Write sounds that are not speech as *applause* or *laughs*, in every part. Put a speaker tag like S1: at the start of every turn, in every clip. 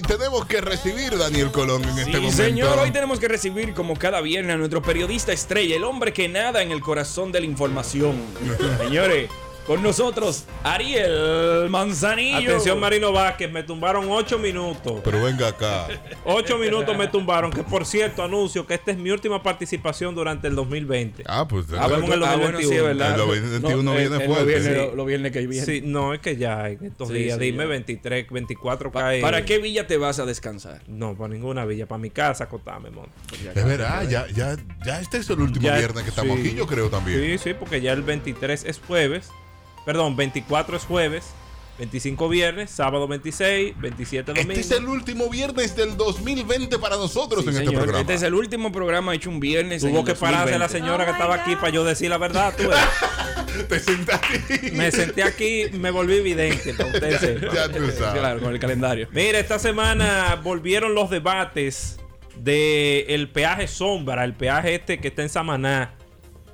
S1: tenemos que recibir, Daniel Colón, en
S2: Sí,
S1: este momento?
S2: señor, hoy tenemos que recibir como cada viernes a nuestro periodista estrella, el hombre que nada en el corazón de
S1: *laughs*
S2: la información. Señores, con nosotros Ariel Manzanillo.
S3: Atención Marino Vázquez, me tumbaron 8 minutos.
S1: Pero venga acá.
S3: 8 minutos
S2: *laughs*
S3: me tumbaron, que por cierto anuncio que esta es mi última participación durante el 2020.
S1: Ah, pues.
S2: Ah, bueno,
S3: Vamos en el
S2: ah, bueno, sí, es
S3: 21.
S2: verdad.
S1: El 21
S2: No,
S1: viene
S2: el- el
S1: fuerte.
S2: viernes,
S1: Sí.
S2: lo- lo viernes que viene.
S3: Sí, no, es que ya en estos
S2: Sí,
S3: días,
S2: sí,
S3: dime
S2: ya.
S3: 23, 24
S2: Pa-
S3: cae.
S2: ¿Para qué villa te vas a descansar?
S3: No, para ninguna villa, para mi casa, acotame, monte.
S1: Es verdad, ya, ya, ya este es el último
S3: Ya,
S1: viernes que estamos
S3: sí.
S1: aquí, yo creo también.
S3: Sí, sí, porque ya el 23 es jueves. Perdón, 24 es jueves, 25 viernes, sábado 26, 27 domingo.
S1: Este es el último viernes del 2020 para nosotros
S2: Sí,
S1: en este
S2: señor,
S1: programa.
S2: este es el último programa hecho un viernes. en
S3: Tuvo
S2: el
S3: que pararse la
S2: 2020.
S3: señora
S4: Oh
S3: que
S4: my
S3: estaba aquí
S4: God.
S3: para yo decir la verdad.
S1: *laughs*
S3: Tú ves.
S1: Te sentaste.
S3: Me senté aquí, me volví vidente. para ustedes sepan.
S1: Ya tú sabes.
S2: Claro, con el calendario.
S3: Mira, esta semana volvieron los debates de el peaje sombra, el peaje este que está en Samaná.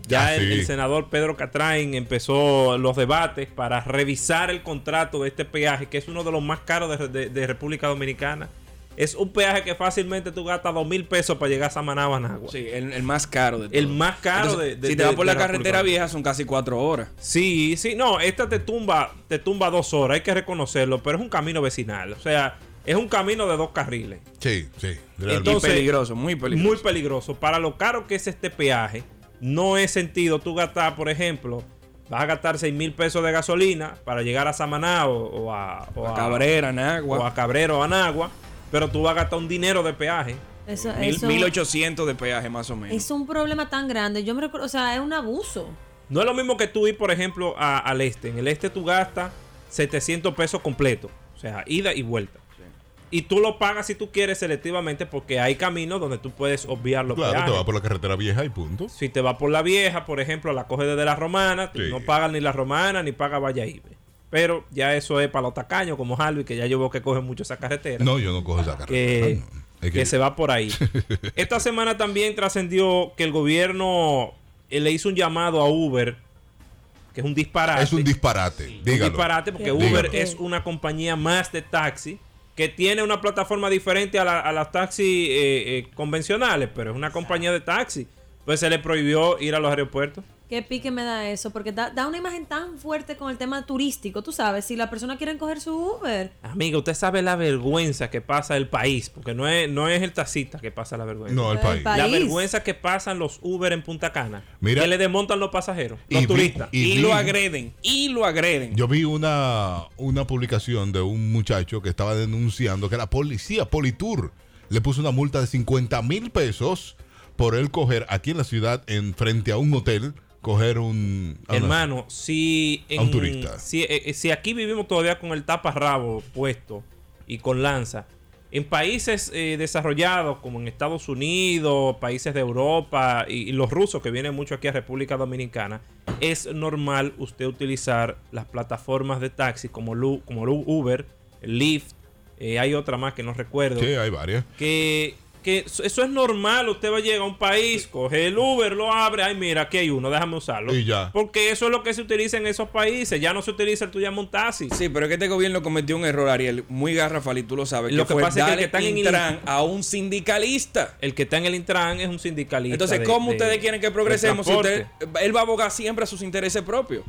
S3: Ya
S1: Ah,
S3: el,
S1: sí.
S3: el senador Pedro Catrain empezó los debates para revisar el contrato de este peaje, que es uno de los más caros de, de- de República Dominicana. Es un peaje que fácilmente tú gastas dos mil pesos para llegar a Samaná a Managua.
S2: Sí, el, el más caro de todos.
S3: El más caro de- de-
S2: Si te vas
S3: de-
S2: por
S3: de
S2: la
S3: la
S2: carretera
S3: República.
S2: vieja son casi cuatro horas.
S3: Sí, sí, no, esta te tumba, te tumba dos horas, hay que reconocerlo, pero es un camino vecinal, o sea, es un camino de dos carriles.
S1: Sí, sí. realmente.
S3: Entonces-
S2: y peligroso, muy peligroso.
S3: Muy peligroso. Para lo caro que es este peaje, no es sentido tú gastar, por ejemplo, vas a gastar 6 mil pesos de gasolina para llegar a Samaná o, o a, o
S2: O a
S3: a-
S2: Cabrera, Nagua.
S3: o a Cabrera o a Nagua, pero tú vas a gastar un dinero de peaje.
S4: Eso,
S2: Mil-
S4: eso
S2: 1800 de peaje más o menos.
S4: es un problema tan grande. Yo me recuerdo, o sea, es un abuso.
S3: No es lo mismo que tú ir, por ejemplo, a- al este. En el este tú gastas 700 pesos completo, o sea, ida y vuelta. Y tú lo pagas si tú quieres selectivamente porque hay caminos donde tú puedes obviar los
S1: Claro, te
S3: peajes.
S1: vas por la carretera vieja y punto.
S3: Si te va por la vieja, por ejemplo, la coge desde la romana, tú
S1: Sí.
S3: no pagas ni la romana ni paga Ibe. Pero ya eso es para los tacaños como Harvey, que ya yo veo que coge mucho esa carretera.
S1: No, yo no cojo esa carretera.
S3: que,
S1: Ah, no. Es
S3: que se va
S1: *laughs*
S3: por ahí. Esta semana también trascendió que el gobierno eh, le hizo un llamado a Uber, que es un disparate.
S1: Es un disparate.
S3: Un
S1: dígalo.
S3: disparate porque
S4: Sí.
S3: Uber
S1: Dígalo.
S3: es una compañía más de taxi que tiene una plataforma diferente a, la- a las taxis eh, eh, convencionales, pero es una compañía de taxi. Pues se le prohibió ir a los aeropuertos.
S4: Qué pique me da eso, porque da, da una imagen tan fuerte con el tema turístico. Tú sabes, si la persona quiere coger su Uber,
S3: Amiga, usted sabe la vergüenza que pasa el país, porque no es, no es el taxista que pasa la vergüenza.
S1: No, el
S4: El
S1: país.
S4: país.
S3: La vergüenza que pasan los Uber en Punta Cana.
S1: Mira.
S3: que le desmontan los pasajeros, los
S1: Y vi-
S3: turistas.
S1: y
S2: y
S1: vi-
S2: lo agreden, y lo agreden.
S1: Yo vi una, una publicación de un muchacho que estaba denunciando que la policía, Politur, le puso una multa de 50 mil pesos por él coger aquí en la ciudad, en frente a un hotel, coger un... ah, a una-
S3: Hermano, si,
S1: A un turista.
S3: si, eh, eh, si aquí vivimos todavía con el taparrabo puesto y con lanza, en países eh, desarrollados como en Estados Unidos, países de Europa y, y los rusos que vienen mucho aquí a República Dominicana, es normal usted utilizar las plataformas de taxi como, Lu- como Lu- Uber, Lyft, eh, hay otra más que no recuerdo.
S1: Sí, hay varias.
S3: que, que eso eso es normal. Usted va a llegar a un país, coge el Uber, lo abre. Ay, mira, aquí hay uno, déjame usarlo.
S1: Y ya.
S3: Porque eso es lo que se utiliza en esos países. Ya no se utiliza el tuya un taxi.
S2: Sí, pero es que este gobierno cometió un error, Ariel, muy garrafal y tú lo sabes.
S3: Lo que
S2: fue
S3: pasa es que el
S2: darle
S3: que están en
S2: Intran
S3: el-
S2: a un sindicalista.
S3: El que está en el Intran es un sindicalista.
S2: Entonces,
S3: de-
S2: ¿cómo
S3: de-
S2: ustedes quieren que
S3: de
S2: progresemos si
S3: transporte?
S2: usted- él va a abogar siempre a sus intereses propios?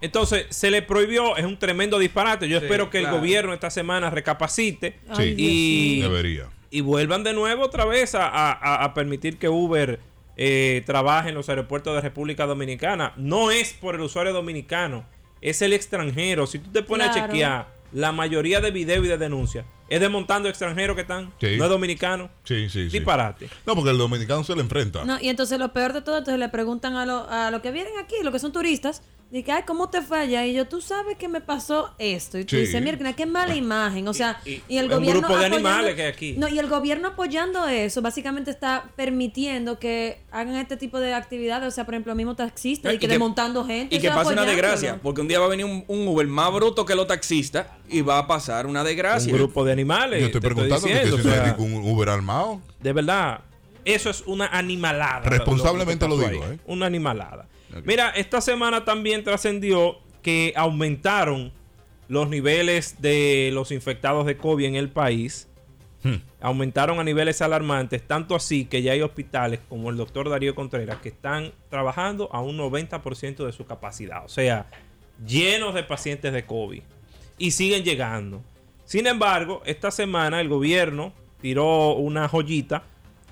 S3: Entonces, se le prohibió. Es un tremendo disparate. Yo
S2: Sí,
S3: espero que
S2: claro.
S3: el gobierno esta semana recapacite.
S1: Sí.
S4: ay, Dios
S3: Y-
S4: mío.
S1: Debería.
S3: y vuelvan de nuevo otra vez a, a- a- a permitir que Uber eh, trabaje en los aeropuertos de República Dominicana. No es por el usuario dominicano, es el extranjero. Si tú te pones a
S4: Claro.
S3: chequear, la mayoría de videos y de denuncias es desmontando extranjeros que están,
S1: Sí.
S3: no es dominicano.
S1: Sí, sí, sí.
S3: Disparate.
S1: No, porque el dominicano se le enfrenta.
S4: No, y entonces lo peor de todo, entonces le preguntan a los a lo que vienen aquí, los que son turistas, de que, ay, ¿cómo te fue allá? Y yo, tú sabes que me pasó esto. Y tú
S1: Sí.
S4: dices, mira, qué
S2: Ah.
S4: mala imagen. O sea,
S3: Y-
S4: y,
S3: y-
S4: el
S3: un
S4: gobierno.
S3: grupo de
S4: apoyando-
S3: animales que hay aquí.
S4: No, y el gobierno apoyando eso, básicamente está permitiendo que hagan este tipo de actividades. O sea, por ejemplo, los mismos taxistas y,
S2: Ah, Y
S4: que,
S2: que-
S4: desmontando gente.
S2: Y que
S4: eso es
S2: pase una
S4: apoyándolo.
S2: desgracia, porque un día va a venir un, un Uber más bruto que los taxistas y va a pasar una
S3: Un
S2: desgracia.
S3: grupo de animales.
S1: Yo estoy
S3: te
S1: preguntando que
S3: diciendo,
S1: si no
S3: o sea,
S1: hay ningún Uber armado.
S3: De verdad, eso es una animalada.
S1: Responsablemente
S3: que pasó
S1: lo digo, ¿eh?
S3: Una animalada.
S1: Ok.
S3: Mira, esta semana también trascendió que aumentaron los niveles de los infectados de COVID en el país.
S1: Hmm.
S3: aumentaron a niveles alarmantes, tanto así que ya hay hospitales como el doctor Darío Contreras que están trabajando a un 90% de su capacidad, o sea, llenos de pacientes de COVID y siguen llegando. Sin embargo, esta semana el gobierno tiró una joyita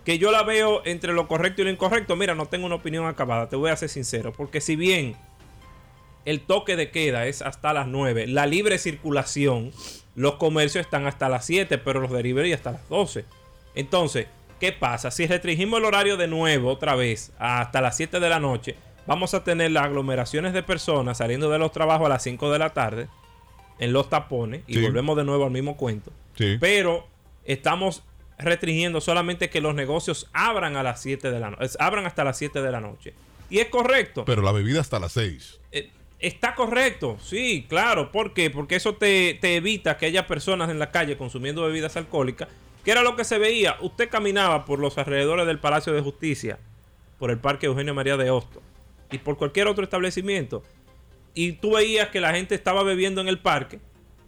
S3: que yo la veo entre lo correcto y lo incorrecto. Mira, no tengo una opinión acabada, te voy a ser sincero, porque si bien el toque de queda es hasta las 9. La libre circulación, los comercios están hasta las 7, pero los delivery hasta las 12. Entonces, ¿qué pasa? Si restringimos el horario de nuevo otra vez hasta las 7 de la noche, vamos a tener las aglomeraciones de personas saliendo de los trabajos a las 5 de la tarde en los tapones y
S1: Sí.
S3: volvemos de nuevo al mismo cuento.
S1: Sí.
S3: Pero estamos restringiendo solamente que los negocios abran a las 7 de la no- es- abran hasta las 7 de la noche. Y es correcto.
S1: Pero la bebida hasta las 6.
S3: Eh, Está correcto, sí, claro. ¿Por qué? Porque eso te, te evita que haya personas en la calle consumiendo bebidas alcohólicas, que era lo que se veía. Usted caminaba por los alrededores del Palacio de Justicia, por el Parque Eugenio María de Hosto y por cualquier otro establecimiento. Y tú veías que la gente estaba bebiendo en el parque,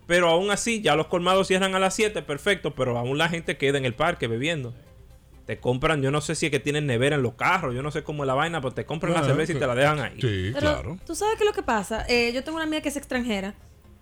S3: pero aún así ya los colmados cierran a las 7, perfecto, pero aún la gente queda en el parque bebiendo. Te compran, yo no sé si es que tienen nevera en los carros, yo no sé cómo es la vaina, pero te compran la
S1: Bueno,
S3: cerveza y
S1: que-
S3: te la dejan ahí.
S1: Sí,
S4: Pero,
S1: claro.
S4: ¿Tú sabes qué es lo que pasa? Eh, yo tengo una amiga que es extranjera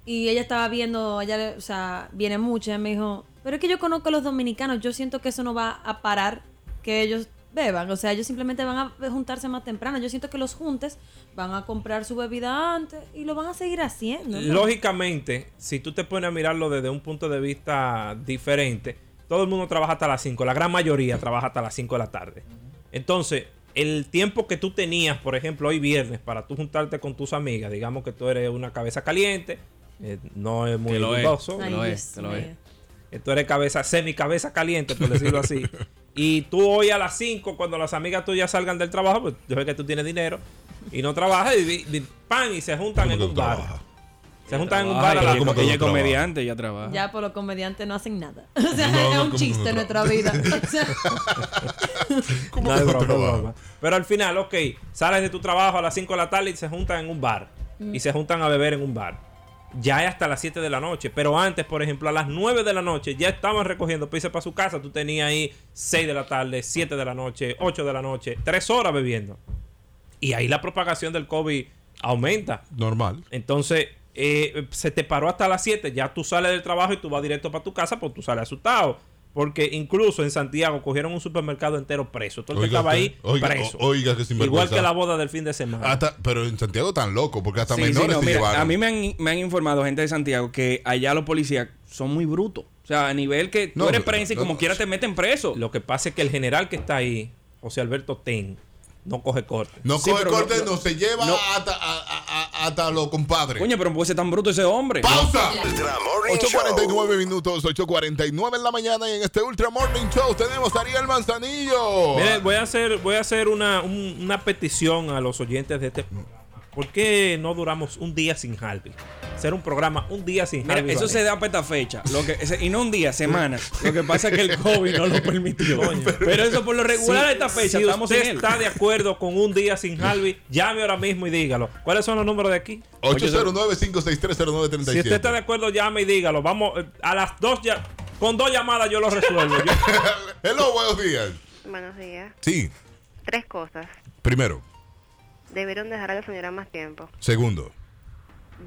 S4: y ella estaba viendo, allá, o sea, viene mucho. Y ella me dijo, pero es que yo conozco a los dominicanos, yo siento que eso no va a parar que ellos beban. O sea, ellos simplemente van a juntarse más temprano. Yo siento que los juntes van a comprar su bebida antes y lo van a seguir haciendo. ¿no?
S3: Lógicamente, si tú te pones a mirarlo desde un punto de vista diferente, todo el mundo trabaja hasta las 5, la gran mayoría trabaja hasta las 5 de la tarde. Entonces, el tiempo que tú tenías, por ejemplo, hoy viernes, para tú juntarte con tus amigas, digamos que tú eres una cabeza caliente, eh, no es muy
S5: Que lo es.
S3: dudoso,
S5: Te lo
S4: Ay,
S5: es,
S4: Dios
S5: te lo es.
S4: mío.
S3: eh, Tú eres cabeza, semi cabeza caliente, por decirlo así. Y tú hoy a las 5, cuando las amigas tuyas salgan del trabajo, pues yo sé que tú tienes dinero y no trabajas, y, y- pan, y se juntan
S1: ¿Cómo
S3: en
S1: que
S3: un
S1: tú
S3: bar.
S1: trabajas?
S3: Se juntan en un
S5: Trabaja,
S3: bar a
S5: ella
S3: las
S5: es
S1: como
S5: com-
S1: que
S5: ella
S1: no
S5: es
S1: trabaja.
S5: comediante, ya trabaja.
S4: Ya por los comediantes no hacen nada. *laughs* O sea,
S1: No, no,
S4: es un
S1: como
S4: chiste en nuestra
S1: nosotros. *laughs*
S4: vida. O sea,
S1: ¿Cómo
S3: No,
S1: que
S3: es
S1: no
S3: broma, es
S1: trabaja?
S3: broma. Pero al final, ok, sales de tu trabajo a las 5 de la tarde y se juntan en un bar. Y se juntan a beber en un bar. Ya es hasta las 7 de la noche. Pero antes, por ejemplo, a las 9 de la noche ya estaban recogiendo pizzas para su casa. Tú tenías ahí 6 de la tarde, 7 de la noche, 8 de la noche, 3 horas bebiendo. Y ahí la propagación del COVID aumenta.
S1: Normal.
S3: Entonces, eh, se te paró hasta las 7, ya tú sales del trabajo y tú vas directo para tu casa, pues tú sales asustado. Porque incluso en Santiago cogieron un supermercado entero preso. Todo el que
S1: Oiga
S3: estaba ahí
S1: usted, oiga,
S3: preso.
S1: o- oiga que sinvergüenza.
S3: Igual que la boda del fin de semana.
S1: Hasta- pero en Santiago tan loco, porque hasta
S5: Sí, sí,
S1: menores
S5: no,
S1: se
S5: mira,
S1: llevaron.
S5: a mí me han, me han informado gente de Santiago que allá los policías son muy brutos. O sea, a nivel que tú
S1: No,
S5: eres
S1: no,
S5: prensa y
S1: no,
S5: como
S1: no.
S5: quiera te meten preso.
S3: Lo que pasa es que el general que está ahí, José Alberto Ten, no coge corte.
S1: No
S5: Sí,
S1: coge
S5: pero no-
S1: corte, no,
S5: no-
S1: se lleva
S5: no.
S1: hasta, a, a- a- hasta los compadres.
S5: Coño, pero no puede ser tan bruto ese hombre.
S1: ¡Pausa!
S6: Ultra Morning Show.
S1: 8.49 minutos, 8.49 en la mañana y en este Ultra Morning Show tenemos a Ariel Manzanillo.
S3: Mire, voy a hacer, voy a hacer una, un- una petición a los oyentes de este programa. ¿Por qué no duramos un día sin Harvey? Ser un programa un día sin
S5: Mira,
S3: Harvey.
S5: eso
S3: Barrett.
S5: se da para esta fecha. Lo que, ese- y no un día, semanas. Lo que pasa es que el COVID no lo permitió. Pero eso por lo regular a esta fecha.
S3: si
S5: estamos
S3: usted
S5: en él.
S3: está de acuerdo con un día sin Harvey, llame ahora mismo y dígalo. ¿Cuáles son los números de aquí?
S1: 809-56309-37.
S3: Si
S5: este
S3: usted está de acuerdo, llame y dígalo. Vamos eh, a las dos ya. Con dos llamadas yo lo resuelvo. Yo-
S1: *laughs* Hello, buenos días.
S7: Buenos días.
S1: Sí,
S7: Tres cosas.
S1: primero.
S7: Debieron dejar a la señora más tiempo.
S1: Segundo.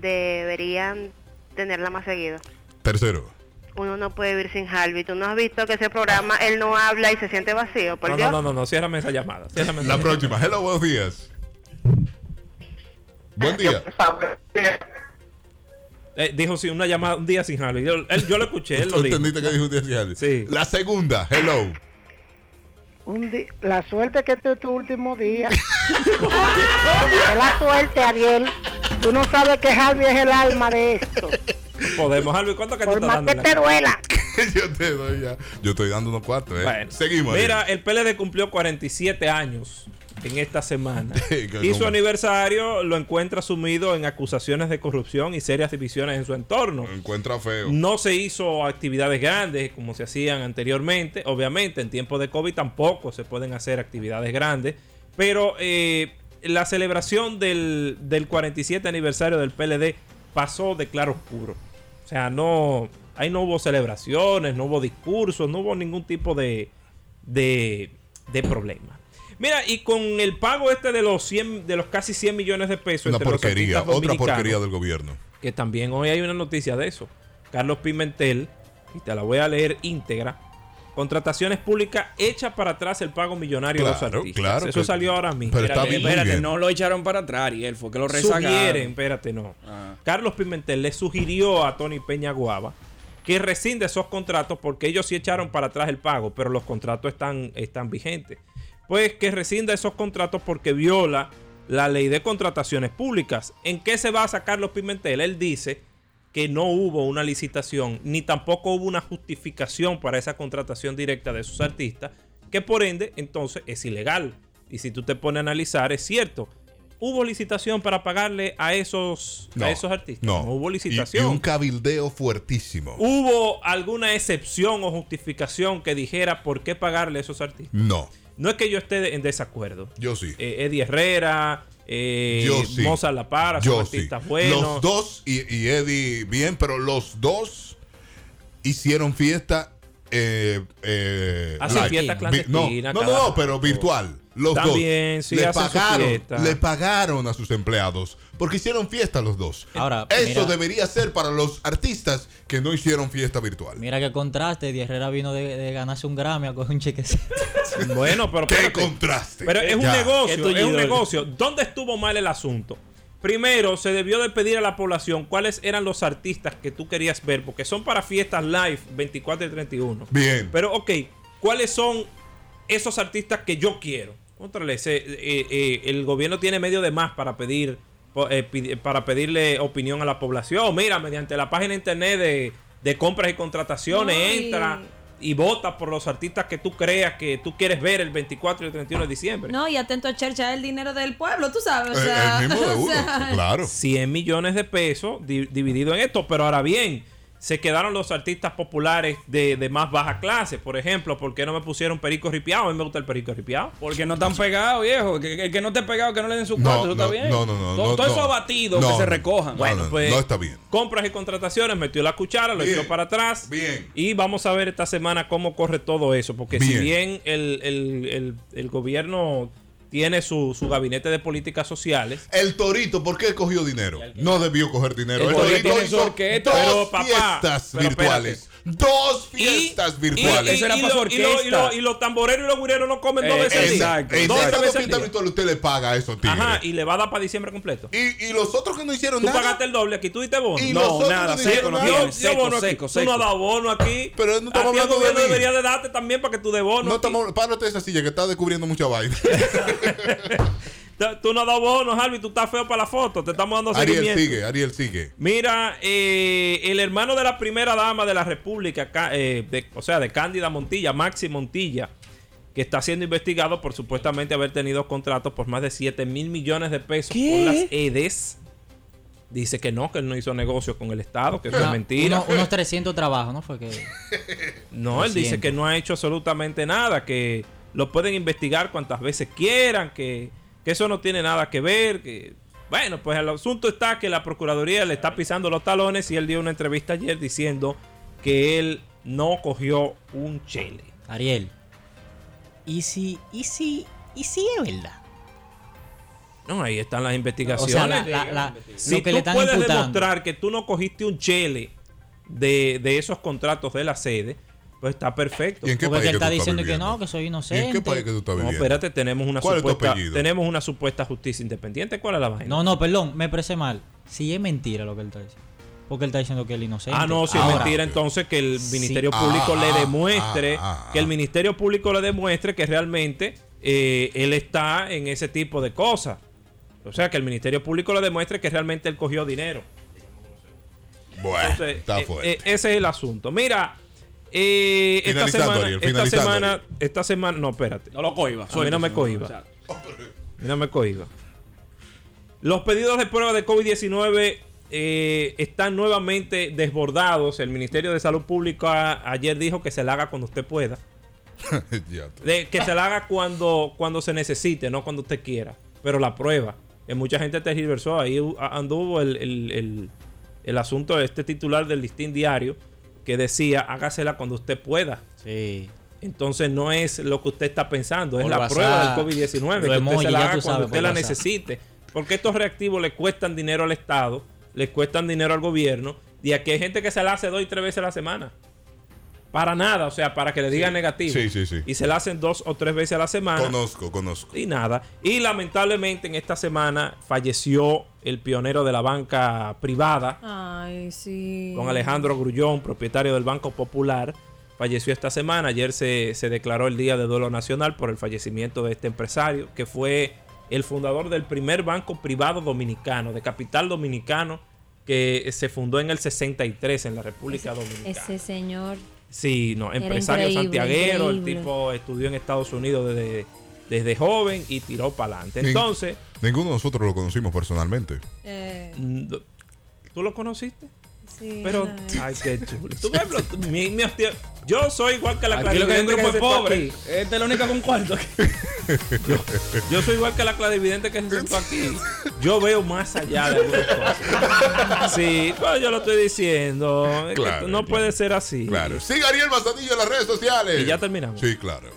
S7: Deberían tenerla más seguido.
S1: Tercero.
S7: Uno no puede vivir sin Harvey. Tú no has visto que ese programa, él no habla y se siente vacío, por
S3: no, no,
S7: Dios.
S3: no, no, no, ciérrame esa llamada. ciérrame esa
S1: La
S3: llamada.
S1: próxima. Hello, buenos días. Buen día.
S3: Eh, dijo sí, una llamada un día sin Harvey. Yo, él- yo lo escuché, él lo
S1: ¿Tú
S3: dijo.
S1: entendiste que dijo un día sin Harvey?
S3: Sí.
S1: La segunda. Hello.
S8: Un di- la suerte que este es tu último día. Es la suerte, Ariel. Tú no sabes que Harvey es el alma de
S3: *laughs*
S8: esto.
S3: Podemos, Harvey, ¿cuánto que te
S8: Por
S3: está
S8: más
S3: dando?
S8: que
S3: en la
S8: te
S3: cara?
S8: duela.
S1: *laughs* Yo te doy ya. Yo estoy dando unos cuartos, ¿eh?
S3: Bueno,
S1: Seguimos.
S3: Mira,
S1: Ariel.
S3: el PLD cumplió 47 años en esta semana.
S1: *laughs* Sí, que
S3: y su
S1: como-
S3: aniversario lo encuentra sumido en acusaciones de corrupción y serias divisiones en su entorno.
S1: Encuentra feo.
S3: eh, No se hizo actividades grandes como se hacían anteriormente. Obviamente, en tiempos de COVID tampoco se pueden hacer actividades grandes. Pero eh, la celebración del, del 47 aniversario del PLD pasó de claro oscuro. O sea, no, Ahí no hubo celebraciones, no hubo discursos, no hubo ningún tipo de, de, de problema. Mira, y con el pago este de los 100, de los casi 100 millones de pesos.
S1: Una
S3: entre los
S1: porquería,
S3: artistas
S1: otra
S3: dominicanos,
S1: porquería del gobierno.
S3: Que también hoy hay una noticia de eso. Carlos Pimentel, y te la voy a leer íntegra. Contrataciones públicas hechas para atrás el pago millonario de los
S1: Claro,
S3: artistas.
S1: claro
S3: Eso
S1: que-
S3: salió ahora mismo.
S1: pero
S3: Espérate,
S1: está bien, muy
S3: espérate,
S1: bien.
S2: No lo echaron para atrás, y él fue que lo
S3: sugieren,
S2: rezagaron.
S3: espérate, no.
S2: Ah.
S3: Carlos Pimentel le sugirió a Tony Peña Guava que rescinde esos contratos porque ellos sí echaron para atrás el pago, pero los contratos están, están vigentes. Pues que rescinda esos contratos porque viola la ley de contrataciones públicas. ¿En qué se basa Carlos Pimentel? Él dice que no hubo una licitación ni tampoco hubo una justificación para esa contratación directa de sus artistas, que por ende entonces es ilegal. Y si tú te pones a analizar, es cierto. ¿Hubo licitación para pagarle a esos, a esos artistas?
S1: No.
S3: hubo
S1: Y-
S3: licitación.
S1: Y, un cabildeo fuertísimo.
S3: ¿Hubo alguna excepción o justificación que dijera por qué pagarle a esos artistas?
S1: No,
S3: No es que yo esté de- en desacuerdo.
S1: yo sí.
S3: Eh, Eddie Herrera, eh,
S1: Yo sí.
S3: Mozart La Para, son
S1: yo sí.
S3: artistas buenos.
S1: Los dos, y, y Eddie bien, pero los dos hicieron fiesta. Eh, eh,
S3: Hacen
S1: live.
S3: fiesta
S1: Vi-
S3: clandestina,
S1: No, no, no,
S3: carajo.
S1: no, pero virtual. Los
S3: También,
S1: dos.
S3: sí,
S1: le
S3: hacen su
S1: pagaron,
S3: fiesta.
S1: le pagaron a sus empleados porque hicieron fiesta los dos.
S9: Ahora,
S1: Eso
S9: mira-
S1: debería ser para los artistas que no hicieron fiesta virtual.
S9: Mira qué contraste, Eddie Herrera vino de, de ganarse un Grammy a coger un
S3: *laughs*
S9: chequecito.
S3: Bueno, pero
S1: ¡Qué
S3: espérate.
S1: contraste!
S3: Pero es un
S1: Ya.
S3: negocio,
S5: Esto
S3: es un
S5: Gidol.
S3: negocio. ¿Dónde estuvo mal el asunto? Primero, se debió de pedir a la población cuáles eran los artistas que tú querías ver, porque son para fiestas live 24 y 31.
S1: Bien.
S3: Pero, ok, ¿cuáles son esos artistas que yo quiero? Contrale, se- eh, eh, el gobierno tiene medio de más para pedir po- eh, pidi- para pedirle opinión a la población. Mira, mediante la página de internet de, de compras y contrataciones,
S4: No, y-
S3: entra y vota por los artistas que tú creas que tú quieres ver el 24 y el 31 de diciembre.
S4: No, y atento a Chercha el dinero del pueblo, tú sabes. O
S1: Eh,
S4: sea,
S3: *laughs*
S1: el mismo de
S4: *laughs* o
S1: uno,
S4: sea,
S1: claro.
S3: 100 millones de pesos di- dividido en esto. Pero ahora bien, se quedaron los artistas populares de, de más baja clase. Por ejemplo, ¿por qué no me pusieron perico ripiado? A mí me gusta el perico ripiado.
S2: Porque no están pegados, viejo. Que- que- El que no esté pegado, que no le den su
S1: No,
S2: cuarto. Eso
S1: no,
S2: está bien.
S1: no, no, no,
S2: Todo,
S1: no,
S2: todo
S1: no.
S2: eso abatido,
S1: No,
S2: que se
S1: no,
S2: recojan.
S1: no, no, no, no está bien.
S3: pues, Compras y contrataciones, metió la cuchara, lo
S1: Bien.
S3: echó para atrás.
S1: Bien.
S3: Y vamos a ver esta semana cómo corre todo eso. Porque si
S1: Bien.
S3: bien el, el- el- el gobierno tiene su, su gabinete de políticas sociales.
S1: El Torito, ¿por qué cogió dinero? No debió coger dinero.
S2: El Torito tiene su
S1: hizo
S2: orquesta,
S1: dos
S3: pero, papá,
S1: fiestas
S3: pero
S1: virtuales. Dos fiestas virtuales.
S2: y- Eso era
S3: y
S2: para su
S3: lo- y lo- y lo-
S2: orquesta.
S3: y los tamboreros y los gureros no comen dos
S2: Eh,
S3: veces al día.
S2: exacto,
S1: en
S3: Dos
S1: esas dos
S3: veces al
S1: fiestas
S3: día.
S1: virtuales usted le paga a esos tigres.
S3: Ajá,
S1: y,
S3: y le va a dar para diciembre completo.
S1: y los otros que no hicieron
S3: Tú
S1: nada.
S3: pagaste el doble aquí, tú diste bono.
S1: Y
S3: No,
S1: los otros
S2: nada,
S1: no
S2: seco,
S1: hicieron
S2: no
S1: nada.
S3: yo-
S2: tiene.
S3: yo
S2: seco,
S3: bono aquí.
S2: seco,
S3: Tú no
S2: seco.
S3: has dado bono aquí.
S1: Pero no estamos
S3: A ti el
S1: hablando de
S3: gobierno
S1: mí.
S3: debería de darte también para que tú de bono.
S1: No
S3: aquí.
S1: estamos, párate de esa silla que está descubriendo mucha
S3: *laughs*
S1: vaina.
S3: T- Tú no has dado bono, Harvey, tú estás feo para la foto. Te estamos dando
S1: Ariel
S3: seguimiento.
S1: sigue, Ariel sigue.
S3: Mira, eh, el hermano de la primera dama de la República, Ca- eh, de- o sea, de Cándida Montilla, Maxi Montilla, que está siendo investigado por supuestamente haber tenido contratos por más de 7 mil millones de pesos con las EDES. Dice que no, que él no hizo negocio con el Estado, que eso es
S9: Una-
S3: mentira.
S9: uno- unos 300 trabajos, ¿no? Fue que...
S3: No, él dice
S9: 300.
S3: que no ha hecho absolutamente nada, que lo pueden investigar cuantas veces quieran, que, que eso no tiene nada que ver, que bueno, pues el asunto está que la Procuraduría le está pisando los talones y él dio una entrevista ayer diciendo que él no cogió un chele.
S9: Ariel. ¿Y si, y si, y si es verdad?
S3: No, ahí están las
S9: O
S3: investigaciones.
S9: sea, la- la- la-
S3: si
S9: lo que
S3: tú
S9: le están
S3: puedes
S9: imputando.
S3: demostrar que tú no cogiste un chele de, de esos contratos de la sede, pues está perfecto.
S1: ¿Y en qué
S9: Porque
S1: país que
S9: él
S1: tú
S9: está
S1: estás
S9: diciendo que
S1: viviendo?
S9: no, que soy
S1: ¿Y
S9: inocente.
S1: en qué país que tú estás
S3: No,
S1: viviendo?
S3: espérate, tenemos una
S1: ¿Cuál es tu
S3: supuesta
S1: apellido?
S3: tenemos una supuesta justicia independiente. ¿Cuál es la vaina?
S9: No, no, perdón, me expresé mal. Si es mentira lo que él está diciendo. Porque él está diciendo que él es inocente.
S3: ah, no, si es
S9: Ahora,
S3: mentira entonces que el
S9: Sí.
S3: Ministerio
S1: Ah,
S3: Público
S1: ah,
S3: le demuestre
S1: ah, ah,
S3: que el
S1: ah.
S3: Ministerio Público le demuestre que realmente eh, él está en ese tipo de cosas. O sea, que el Ministerio Público le demuestre que realmente él cogió dinero.
S1: Bueno,
S3: Entonces,
S1: está
S3: eh,
S1: fuerte.
S3: eh, ese es el asunto. Mira, eh, esta
S1: Finalizando,
S3: semana,
S1: Ariel,
S3: esta
S1: finalizando,
S3: semana,
S1: Ariel.
S3: esta semana, no, espérate.
S5: No lo cohiba.
S3: A mí no me cohiba.
S5: Exacto.
S3: A mí no me cohiba. Los pedidos de prueba de COVID-19 eh, están nuevamente desbordados. El Ministerio de Salud Pública ayer dijo que se la haga cuando usted pueda. eh,
S1: *laughs* Ya tú.
S3: De- que se la haga cuando, cuando se necesite, no cuando usted quiera. Pero la prueba. que mucha gente tergiversó. Ahí u- a- anduvo el, el- el- el asunto de este titular del listín diario. que decía, hágasela cuando usted pueda.
S9: Sí.
S3: Entonces no es lo que usted está pensando, es
S9: Por
S3: la
S9: WhatsApp,
S3: prueba del COVID-19,
S9: lo
S3: que usted
S9: emoji,
S3: se la
S9: ya
S3: haga cuando
S9: tú sabes,
S3: usted
S9: por
S3: la
S9: WhatsApp.
S3: necesite. Porque estos reactivos le cuestan dinero al Estado, le cuestan dinero al gobierno, y aquí hay gente que se la hace dos y tres veces a la semana. Para nada, o sea, para que le digan negativo.
S1: Sí, sí, sí.
S3: Y se la hacen dos o tres veces a la semana.
S1: Conozco, conozco.
S3: Y nada. Y lamentablemente en esta semana falleció el pionero de la banca privada,
S4: Ay, sí.
S3: Don Alejandro Grullón, propietario del Banco Popular, falleció esta semana. Ayer se, se declaró el Día de Duelo Nacional por el fallecimiento de este empresario, que fue el fundador del primer banco privado dominicano, de capital dominicano, que se fundó en el 63 en la República Dominicana.
S4: Ese señor.
S3: Sí, no,
S4: Era
S3: empresario
S4: increíble,
S3: santiaguero, el
S4: increíble.
S3: tipo estudió en Estados Unidos desde, desde joven y tiró para adelante.
S1: Nin-
S3: Entonces,
S1: Ninguno de nosotros lo conocimos personalmente.
S4: eh,
S3: mm, ¿tú lo conociste?
S4: sí,
S3: Pero,
S4: ay.
S3: ay, qué chulo. Tú ves, lo- mi- mi hostia- yo soy igual que la
S5: Aquí lo que hay un
S3: clarividente
S5: grupo de
S3: que se
S5: pobre.
S3: pobre.
S5: Esta es la única con cuarto.
S3: *laughs* Yo soy igual que la clarividente que se sentó aquí. Yo veo más allá de algunas cosas. Sí, pues yo lo estoy diciendo. Es que
S1: Claro,
S3: no
S1: claro.
S3: puede ser así.
S1: Claro. Siga Ariel Mazanillo en las redes sociales.
S3: Y ya terminamos.
S1: Sí, claro.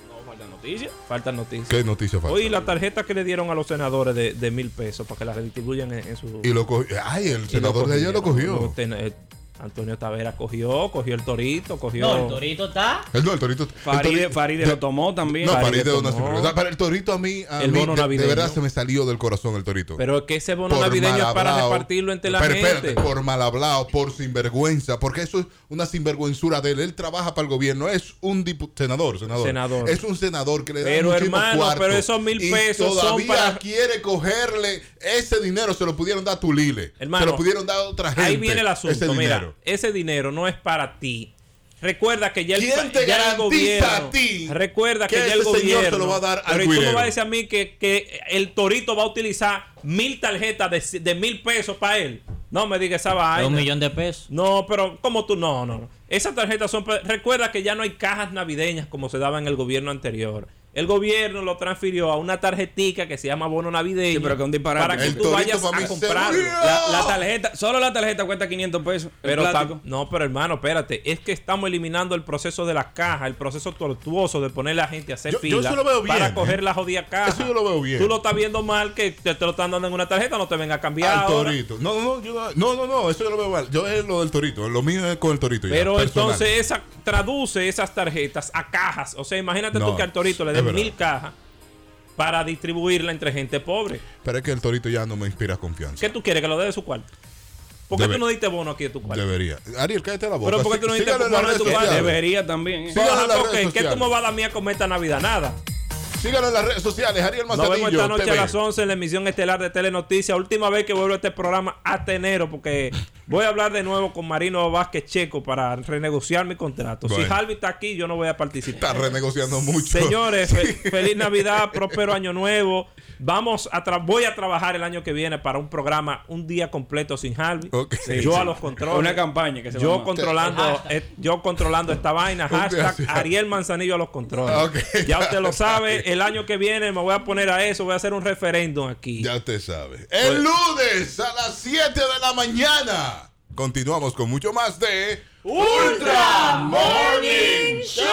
S3: Faltan noticias.
S1: ¿Qué noticia falta?
S3: Hoy la tarjeta que le dieron a los senadores de, de mil pesos para que la redistribuyan en, en su.
S1: Y lo cogió. Ay, el
S3: y
S1: senador de ayer lo cogió.
S3: No, ten- eh, Antonio Tavera cogió, cogió el torito, cogió.
S9: No, el torito está.
S1: El, no, el torito. el
S5: Faride,
S1: torito-
S5: Faride
S1: de-
S5: lo tomó también.
S1: No,
S3: Faride
S1: Faride de una
S3: tomó.
S1: simple- o sea, Para el torito a mí, a
S3: El
S1: mí
S3: bono
S1: de- de,
S3: navideño.
S1: verdad se me salió del corazón el torito.
S3: Pero es que ese bono
S1: Por
S3: navideño es para
S1: malabrao.
S3: repartirlo entre la
S1: Pero
S3: gente.
S1: espérate, por mal hablado, por sinvergüenza, porque eso es una sinvergüenzura de él. Él trabaja para el gobierno, es un dipu- senador, senador.
S3: Senador.
S1: Es un senador que le da
S3: Pero,
S1: muchísimo
S3: hermano,
S1: cuarto.
S3: pero esos mil
S1: Y
S3: pesos son
S1: todavía
S3: para-
S1: quiere cogerle ese dinero, se lo pudieron dar a Tulile.
S3: Hermano,
S1: se lo pudieron dar a otra gente.
S3: Ahí viene el asunto.
S1: ese
S3: Mira,
S1: dinero.
S3: ese dinero no es para ti. Recuerda que ya el,
S1: ¿Quién te
S3: ya el
S1: garantiza
S3: gobierno.
S1: a ti
S3: recuerda que,
S1: que
S3: ya el
S1: ese señor
S3: gobierno.
S1: te lo va a dar al
S3: pero ¿y tú me
S1: cuirero?
S3: vas a decir a mí que, que el torito va a utilizar mil tarjetas de, c- de mil pesos para él. No me digas esa vaina.
S9: Un millón de pesos.
S3: No, pero como tú, no, no, no. Esas tarjetas son. pa- Recuerda que ya no hay cajas navideñas como se daba en el gobierno anterior. El gobierno lo transfirió a una tarjetica que se llama bono navideño.
S5: Sí, pero que es un disparate.
S3: Para que
S1: El
S3: tú
S1: torito
S3: vayas
S1: para mí
S3: a
S1: se
S3: comprarlo.
S1: murió.
S5: La, la tarjeta, solo la tarjeta cuesta 500 pesos. el
S3: Pero
S5: plástico.
S3: tam- no, pero hermano, espérate. Es que estamos eliminando el proceso de la caja, el proceso tortuoso de poner a la gente a hacer
S1: Yo- yo
S3: fila
S1: eso lo veo bien,
S3: para
S1: ¿eh?
S3: coger la jodida caja.
S1: Eso yo lo veo bien.
S3: Tú lo estás viendo mal que te, te lo están dando en una tarjeta, no te venga a cambiar.
S1: Al
S3: ahora.
S1: torito. No, no, no, yo- no, no, no, eso yo lo veo mal. Yo es lo del torito, lo mío es con el torito. ya,
S3: Pero
S1: personal.
S3: entonces esa traduce esas tarjetas a cajas. O sea, imagínate
S1: No,
S3: tú que al torito le
S1: es
S3: den
S1: verdad.
S3: mil cajas para distribuirla entre gente pobre.
S1: Pero es que el torito ya no me inspira confianza.
S3: ¿Qué tú quieres? Que lo dé de su cuarto. ¿Por qué
S1: Debe-
S3: tú no diste bono aquí de tu cuarto?
S1: Debería. Ariel, cállate la boca.
S3: Pero ¿por qué tú no
S1: Sí-
S3: dices
S1: sígalo en
S3: cómo
S1: las
S3: no
S1: redes
S3: es tu padre?
S1: sociales.
S5: Debería también. ¿eh?
S1: Sí. Síganlo en las redes
S3: Ajá, porque ¿Qué tú
S1: sociales.
S3: me vas a dar mía como esta Navidad? Nada.
S1: Sígalo en las redes sociales, Ariel
S3: Nos
S1: Manzanillo.
S3: vemos esta noche
S1: TV.
S3: a las 11 en la emisión estelar de Telenoticias. Última vez que vuelvo a este programa hasta enero porque voy a hablar de nuevo con Marino Vázquez Checo para renegociar mi contrato. Si
S1: Bueno.
S3: Harvey está aquí, yo no voy a participar.
S1: Está renegociando mucho.
S3: Señores,
S1: *laughs*
S3: fe- feliz Navidad, próspero año nuevo. Vamos a tra- voy a trabajar el año que viene para un programa un día completo sin Harvey.
S1: Ok. Sí,
S3: yo
S1: sí.
S3: a los controles.
S5: Una campaña que se
S3: yo
S5: va a-
S3: controlando, eh, yo controlando esta vaina. Hashtag
S1: gracias.
S3: Ariel Manzanillo a los controles.
S1: *laughs* Ok.
S3: Ya usted lo sabe. El año que viene me voy a poner a eso. Voy a hacer un referéndum aquí.
S1: Ya usted sabe. El lunes a las 7 de la mañana. Continuamos con mucho más de Ultra Morning Show.